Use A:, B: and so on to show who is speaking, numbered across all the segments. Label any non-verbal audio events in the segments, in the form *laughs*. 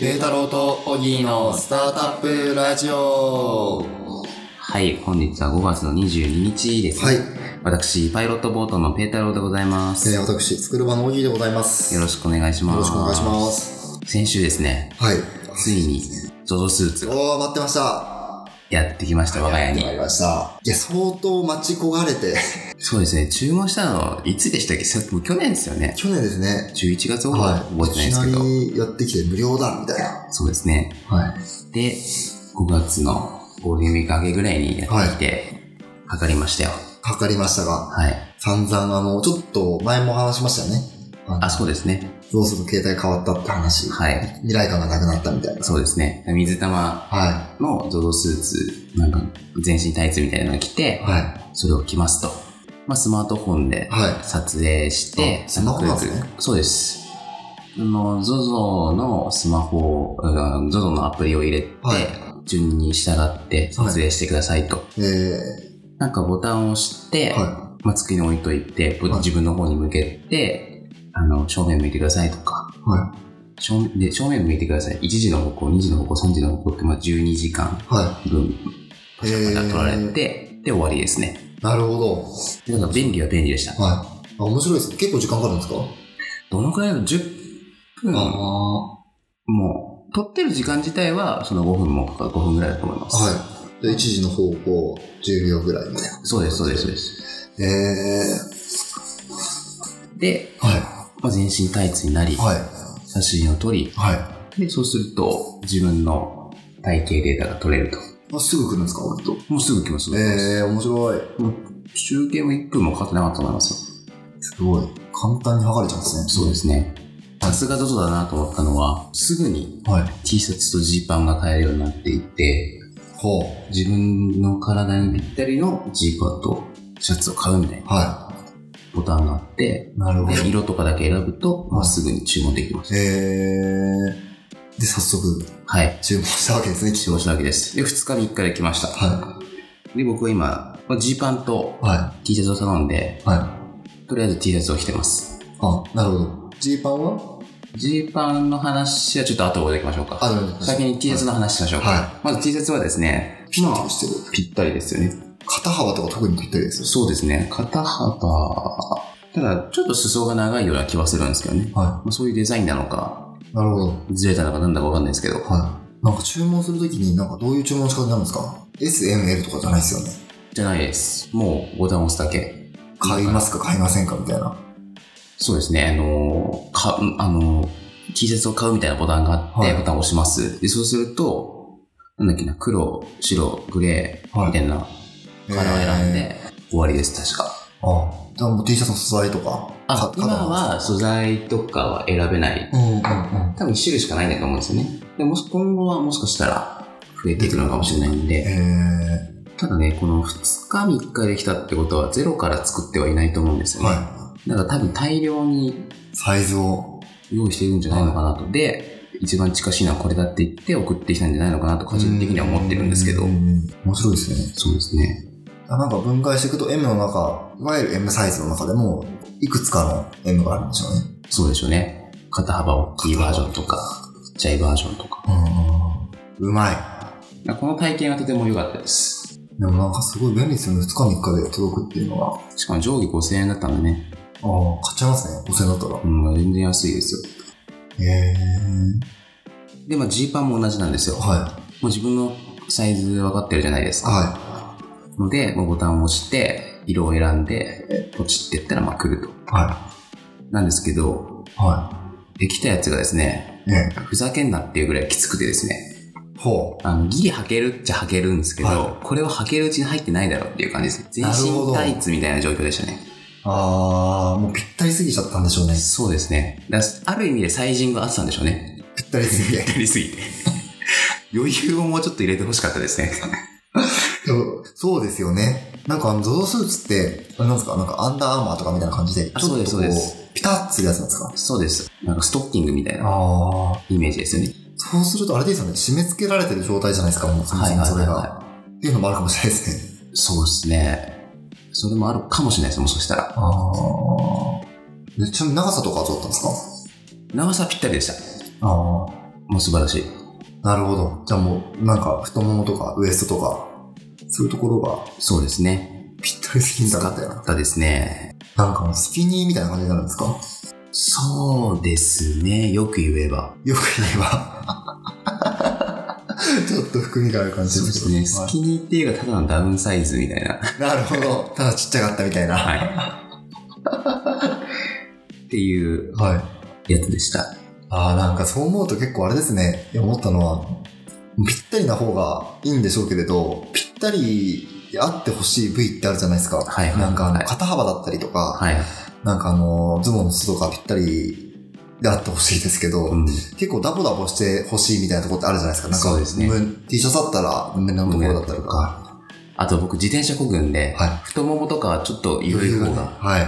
A: データローとオギーのスタートアップラジオ
B: はい、本日は5月の22日です、
A: はい、
B: 私、パイロットボートのペータローでございます。
A: えー、私、作る場のオギーでございます。
B: よろしくお願いします。
A: よろしくお願いします。
B: 先週ですね、
A: はい。
B: ついに、ジョジョスーツが
A: おー、待ってました。
B: やってきました、我が家
A: やり
B: に。
A: ました。いや、相当待ち焦がれて、 *laughs*
B: そうですね、注文したの、いつでしたっけさもう去年ですよね。
A: 去年ですね。
B: 11月頃は覚えてない
A: い
B: で
A: き
B: す
A: な
B: けど、
A: りやってきて無料だ、みたいな。
B: そうですね。
A: はい。
B: で、5月のゴールデンウィーク明けぐらいにやってきて、かかりましたよ。
A: かかりましたが、
B: はい。
A: 散々あの、ちょっと前も話しましたよね。
B: あ、そうですね。
A: どうする携帯変わったって話。
B: はい。
A: 未来感がなくなったみたいな。
B: そうですね。水玉
A: は
B: のゾゾスーツ、なんか全身タイツみたいなの着
A: い。
B: て、
A: は
B: それを着ますと。まあ、スマートフォンで
A: い。は
B: 撮影して
A: あ、スマホなんですね
B: かそうです。あの、ゾゾのスマホを、うんゾゾのアプリを入れて、
A: はい
B: 順に従って撮影してくださいと。
A: い。え
B: なんかボタンを押して、
A: ー、は
B: まあ、机に置いといて、
A: はい
B: 自分の方に向けて、あの、正面向いてくださいとか、
A: い。は
B: 正で正面向いてください。1時の方向、2時の方向、3時の方向って、まあ、12時間
A: い。は
B: 分
A: い。え
B: が取られて、で、終わりですね。
A: なるほど。
B: でなんか便利は便利でした。
A: はい。あ、面白いですね。結構時間かかるんですか、
B: どのくらいの ?10 分
A: ああ。
B: もう、撮ってる時間自体は、その5分もかか5分ぐらいだと思います。
A: はい。で、1時の方向10秒ぐらいみたいな。
B: そうです、そうです、そうです。
A: え
B: で、
A: ー、は
B: まあ、全身タイツになり
A: い。、はい。
B: 写真を撮り、
A: は
B: で、そうすると、自分の体型データが取れると。
A: い。あ、すぐ来るんですか割と。
B: もうすぐ来ますね。
A: えー、面白い。
B: 中継も1分もかかってなかったと思いますよ。
A: すごい。簡単に剥がれちゃうんですね。
B: そうですね。さすがどぞだなと思ったのは、すぐに
A: はい。
B: T シャツとジーパンが買えるようになっていて、
A: ほう。
B: 自分の体にぴったりのジーパーとシャツを買うみたいな
A: は
B: ボタンがあって、
A: い。なるほ *laughs*
B: で色とかだけ選ぶと、まあ、すぐに注文できました。
A: えー、で、早速、
B: はい。
A: 注文したわけですね、
B: 注文したわけです。で、2日3日で来ました。
A: は
B: で、僕は今、まあジーパンと
A: い。は
B: T シャツを頼んで、
A: い。は
B: とりあえず T シャツを着てます。
A: い。あ、なるほど。ジーパンは
B: ジーパンの話はちょっと後でいきましょうか。
A: あ、なるほど。
B: 先に T シャツの話しましょうか。
A: は
B: まず T シャツはですね、
A: ピッとしてる。
B: ぴったりですよね。
A: 肩幅とか特にぴったりですよ。
B: そうですね。肩幅、ただ、ちょっと裾が長いような気はするんですけどね。
A: は
B: まあそういうデザインなのか、
A: い。なるほど。
B: ずれたのかなんだかわかんないですけど、
A: はい。なんか注文するときに、なんかどういう注文の仕方になるんですか ?S、M、L とかじゃないですよね。
B: じゃないです。もうボタンを押すだけ。
A: 買いますか買いませんかみたいな。
B: そうですね。あのー、か、あのー、T シャツを買うみたいなボタンがあって、
A: はい
B: ボタンを押します。で、そうすると、なんだっけな、黒、白、グレー、
A: はい
B: みたいなカラーを選ん
A: えー。
B: で、終わりです、確か。
A: あ、じゃあもう T シャツの素材とか。
B: あ
A: か、
B: 今は素材とかは選べない。
A: うんうんうん。
B: 多分一種類しかないんだと思うんですよね。でもし、今後はもしかしたら増えていくのかもしれないんで、
A: え
B: ただね、この2日3日できたってことはゼロから作ってはいないと思うんです
A: ー、
B: よね。
A: は
B: だから多分大量に
A: い。サイズを。
B: 用意してるんじゃないのかなと。で、一番近しいのはこれだって言って送ってきたんじゃないのかなと個人的には思ってるんですけど
A: う。ん面白いですね。
B: そうですね。
A: あなんか分解していくと M の中、いわゆる M サイズの中でも、いくつかの M があるんでしょうね。
B: そうでしょうね。肩幅大きいバージョンとか、ちっちゃいバージョンとか。
A: うん。うまい。
B: この体験はとても良かったです。
A: でもなんかすごい便利ですよね。2日3日で届くっていうのが。
B: しかも上下5000円だったんでね。
A: ああ、買っちゃいますね。5000円だったら。
B: うん、全然安いですよ。
A: へ
B: で、まあジーパンも同じなんですよ。
A: え。
B: も
A: は
B: う自分のサイズ分かってるじゃないです
A: い。
B: か。
A: は
B: ので、もうボタンを押して、色を選んで、ポチっていったら、まあ来ると。
A: い。は
B: なんですけど、
A: い。は
B: できたやつがですね、
A: い。ね
B: ふざけんなっていうぐらいきつくてですね、
A: ほ
B: あの、ギリ履けるっちゃ履けるんですけど、
A: は
B: これは履けるうちに入ってないだろうっていう感じです。全
A: なるほ
B: 身
A: ど
B: タイツみたいな状況でしたね。
A: う。ああ、もうぴったりすぎちゃったんでしょうね。
B: そうですね。だある意味でサイジング合ってたんでしょうね。
A: ぴったりすぎて。
B: やりすぎて。 *laughs* 余裕をもうちょっと入れてほしかったですね。
A: でもそうですよね。なんかあの、ゾゾスーツって、あれなんですかなんかアンダーアーマーとかみたいな感じで、
B: あ
A: ちょっと
B: そ
A: こ
B: う
A: う
B: ですそう、
A: ピタッつるやつなんですか
B: そうです。なんかストッキングみたいな
A: ああ。
B: イメージですよね。
A: そうするとあれですよね。締め付けられてる状態じゃないですか、もう。そもそもそれが。っていうのもあるかもしれないですね。
B: い。そうですね。それもあるかもしれないです、もしかしたら。
A: ああ。ちなみに長さとかはどうだったんですか
B: 長さぴったりでした。
A: ああ。
B: もう素晴らしい。
A: なるほど。じゃあもう、なんか、太ももとか、ウエストとか、そういうところが
B: そうですね。
A: ぴったりスキンだったよな。
B: だですね。
A: なんか、スキニーみたいな感じになるんですか
B: そうですね。よく言えば。
A: よく言えば。 *laughs* ちょっと含みがある感じ
B: そうですね。スキニーっていうか、ただのダウンサイズみたい
A: *laughs*
B: な。
A: なるほど。ただちっちゃかったみたいな。はい。
B: はい。っていうやつでした。
A: ああ、なんかそう思うと結構あれですね。いや思ったのは、ぴったりな方がいいんでしょうけれど、ぴったりあってほしい部位ってあるじゃないですか。
B: はいはい
A: なんかあの
B: はい
A: 肩幅だったりとか、
B: はい。
A: なんかあの、ズボンの裾とかぴったりであってほしいですけど、
B: うん。
A: 結構ダボダボしてほしいみたいなところってあるじゃないですか。なんか
B: そうですね
A: む T シャツだったら胸のところだったりとか。
B: あと僕、自転車こぐんで、
A: は
B: 太ももとかはちょっと
A: い。
B: 緩い方が
A: はい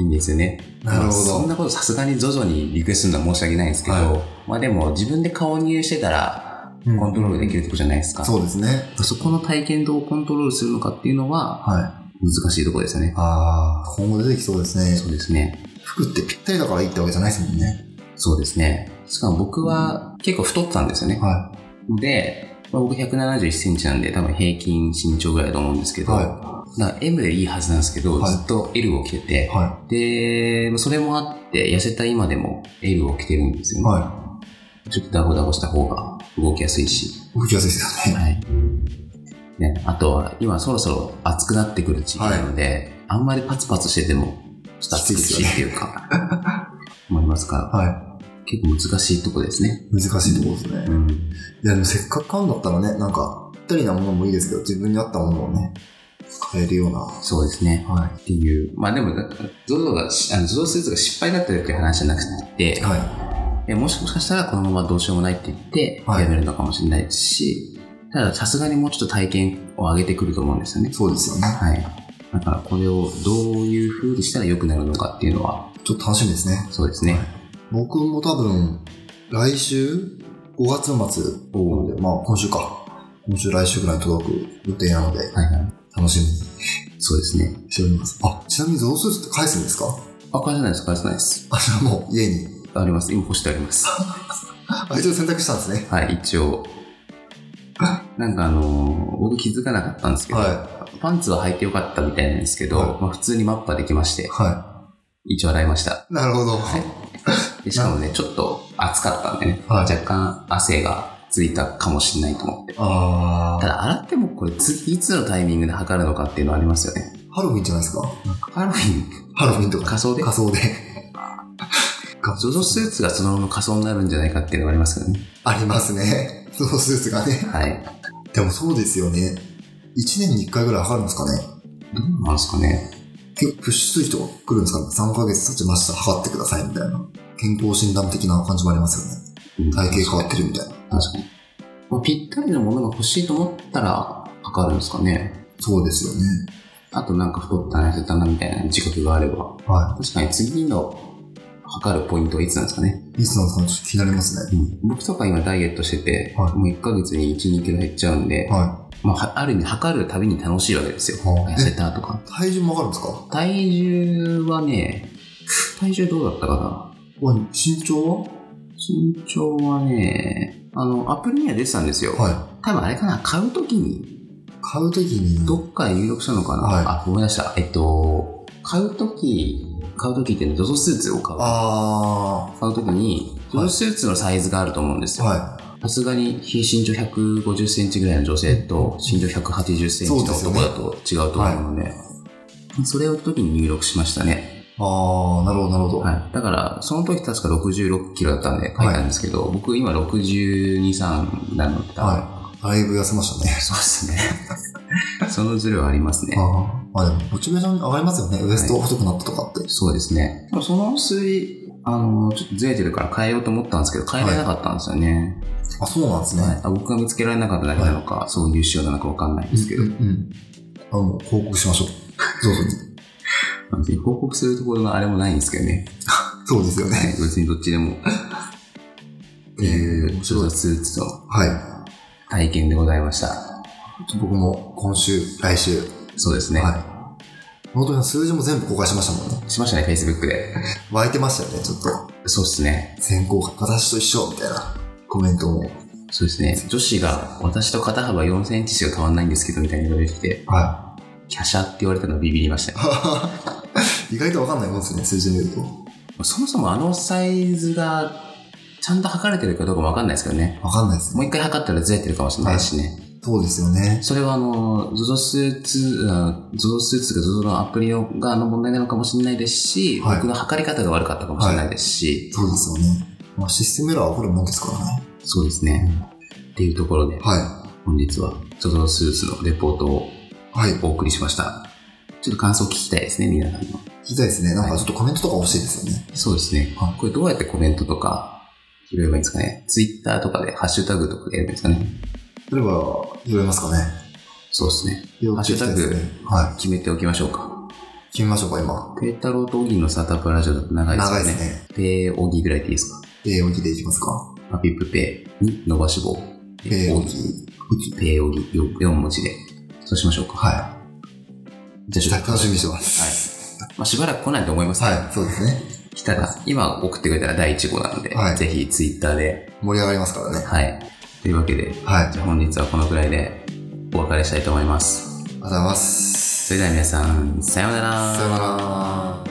B: いんですよね。
A: い。なる
B: まあ
A: ほ
B: そん
A: ど。
B: なことさすがに徐々にリクエストするのは申し訳ないんですけど、
A: は
B: まあでも自分で顔入れしてたら
A: うん
B: コントロールできるとこじゃないですか。
A: そうですね。
B: そこの体験どうコントロールするのかっていうのは
A: はい。
B: 難しいところですよね。
A: ああ、今後出てきそうですね。
B: そうですね。
A: 服ってぴったりだからいいってわけじゃないですもんね。
B: そうですね。しかも僕は結構太ってたんですよね。
A: は
B: で、まあ、僕171センチなんで多分平均身長ぐらいだと思うんですけど、
A: は
B: だから M でいいはずなんですけど、
A: はい
B: ずっと L を着てて、
A: は
B: で、まあそれもあって痩せた今でも L を着てるんですよ
A: い。
B: ね。
A: は
B: ちょっとダボダボした方が動きやすいし。
A: い。動きやすいですよね。
B: はい。ね、あとは、今そろそろ暑くなってくる地域なので、あんまりパツパツしてても、ちょっと暑苦しいっていうか、思いますから、
A: は
B: 結構難しいとこですね。
A: い。難しいところですね。
B: うん。
A: いや、でもせっかく買うんだったらね、なんか、ぴったりなものもいいですけど、自分に合ったものをね、買えるような。は
B: そうですね。
A: い。
B: っていう。まあでも、だからゾゾがし、あのゾゾスーツが失敗だったっていう話じゃなくて、
A: はい。
B: いやもしもしかしたらこのままどうしようもないって言って、
A: はい
B: やめるのかもしれないし、たださすがにもうちょっと体験を上げてくると思うんですよね。
A: そうですよね。
B: はい。だからこれをどういう風にしたら良くなるのかっていうのは、
A: ちょっと楽しみですね。
B: そうですね。
A: 僕も多分、来週、5月末なので、まあ今週か。今週来週ぐらいに届く予定なので、
B: はいはい。
A: 楽しみに
B: そうですね。
A: しております。あ、ちなみにゾウスーツって返すんですか
B: あ、返せないです、返せないです。
A: あ、じゃあもう家に。
B: あります。今干してあります。
A: あ、一応選択したんですね。
B: はい、一応。なんかあのー僕気づかなかったんですけど、
A: は
B: パンツは履いてよかったみたいなんですけど、
A: はい
B: まあ、普通にマッパできまし
A: い。
B: て、
A: は
B: 一応洗いました。
A: い。なるほど。
B: でしかもね、ちょっと暑かったんでね、
A: はい
B: 若干汗がついたかもしれないと思って。
A: あ
B: た
A: ー。
B: だ洗ってもこれ次、いつのタイミングで測るのかっていうのはありますよね。
A: ハロウィンじゃないですか
B: ハロウィン、
A: ハロウィンとか。
B: 仮装で
A: 仮装で。
B: ジョジョスーツがそのまま仮装になるんじゃないかっていうのがありますけどね。
A: ありますね。ゾウスーツがね。
B: はい。
A: でもそうですよね。1年に1回ぐらい測るんですかね
B: どうなんですかね。
A: 結構プッシュする人が来るんですかね ?3 ヶ月経ちました。測ってください。みたいな。健康診断的な感じもありますよね。体型変わってるみたいな。
B: 確かに。まあ、ぴったりのものが欲しいと思ったら、かかるんですかね。
A: そうですよね。
B: あとなんか太ったな、痩せたな、みたいな自覚があれば。
A: は
B: 確かに次の測るポイントはいつなんですかね。
A: い。リスナーさん、ちょっと気になりますね。
B: 僕とか今ダイエットしてて、
A: はい
B: もう1ヶ月に1、2キロ減っちゃうんで、
A: は
B: まあは、ある意味測るたびに楽しいわけですよ。
A: はい
B: 痩せたとか。
A: い。体重もわかるんですか
B: 体重はね、体重どうだったかな
A: わ身長
B: 身長はね、あの、アプリには出てたんですよ。
A: はは
B: 多分あれかな、買うときに、
A: い。買うときに。
B: どっかで入力したのかな、
A: はい
B: あ、思い出した。えっと、買うとき、買うときっていうのはゾゾスーツを買う。
A: あ
B: 買うときに、ゾ
A: はい
B: ゾスーツのサイズがあると思うんです
A: ー。
B: よ。
A: は
B: さすがに、非身長150センチぐらいの女性と、身長180センチ
A: そう
B: の
A: で
B: 男
A: すよね
B: だと違うと思うので、それを時に入力しましたね。
A: い。あー、なるほど、なるほど。
B: はい。だから、その時確か66キロだったんで書いたんですけど、僕今62、3なので、多分
A: はい。だいぶ痩せましたね。
B: そうですね。 *laughs* そのズレはありますね。
A: あー。まあでも、モチベーション上がりますよね。ウエスト細くなったとかって。
B: そうですね。でもその数字、あの、ちょっとずれてるから変えようと思ったんですけど、変えられなかったんですよね。
A: あ、そうなんですね。
B: はい、あ僕が見つけられなかっただけなのか、そういう仕様なのかわかんないんですけど
A: うん、うん。あ、もう報告しま
B: *laughs*
A: しょう。どうぞ。
B: 別に報告するところのあれもないんですけどね。
A: そうですよ *laughs*
B: は
A: ね。
B: い、別にどっちでも。ってい
A: えー
B: う、
A: 面
B: ち
A: 白
B: ょ
A: い
B: っとスーツの
A: は
B: 体験でございました。
A: い。僕も今週、来週。
B: そうですね。
A: はい。本当に数字も全部公開しましたもんね。
B: しましたね、Facebook で。
A: 湧いてましたよね、ちょっと。
B: そうですね。
A: 全公開。私と一緒、みたいな。コメントも。
B: そうですね。女子が、私と肩幅4センチしか変わんないんですけど、みたいに言われてきて、
A: は
B: キャシャって言われたのビビりました
A: *laughs*
B: ね。
A: い。意外とわかんないもんですね、数字で見ると。
B: そもそもあのサイズが、ちゃんと測れてるかどうかもわかんないですけどね。
A: わかんないですね。
B: もう一回測ったらずれてるかもしれないしね。
A: そうですよね。
B: それはあの、ZOZO スーツ、あ ZOZO スーツが ZOZO のアプリがの問題なのかもしれないですし、
A: はい
B: 僕の測り方が悪かったかもしれないですし、
A: そうですよね。まあ、システムエラーは起こるもんですからね。
B: そうですね。っていうところで、
A: は
B: 本日は ZOZO スーツのレポートを
A: い。はい。
B: お送りしました。ちょっと感想を聞きたいですね、皆さんの。
A: 聞きたいですね。なんかちょっとコメントとか欲しいですよね。
B: そうですね
A: は。
B: これどうやってコメントとか拾えばいいんですかね。Twitter とかでハッシュタグとかでやればいいんですかね。
A: それは、言えますかね。
B: そうですね。
A: 要
B: ハッシュタグ
A: ですね。は
B: 決めておきましょうか。
A: い。決めましょうか、今。
B: ペータローとオギーのサタプラジオだと長いですよ
A: 長
B: ね。
A: いですね。
B: ペーオギーぐらいでいいですか。
A: えー、おぎでいきますか。
B: パピプペーに伸ばし棒。
A: えー、お
B: オ
A: ぎ
B: ギ。ー。ペーオギー4文字で。そうしましょうか。
A: は
B: じゃあ
A: い。
B: ちょっと
A: 楽しみにしてます。
B: まあ、しばらく来ないと思います
A: は
B: ね。
A: い。はい、そうですね。
B: 来たら、今送ってくれたら第1号なので、
A: はい
B: ぜひ Twitter で。
A: 盛り上がりますからね。
B: はい。というわけで、
A: はい。あり
B: じゃあ本日はこのくらいでお別れしたいと思います。
A: がとうございます。
B: それでは皆さん、さようなら。
A: さよなら。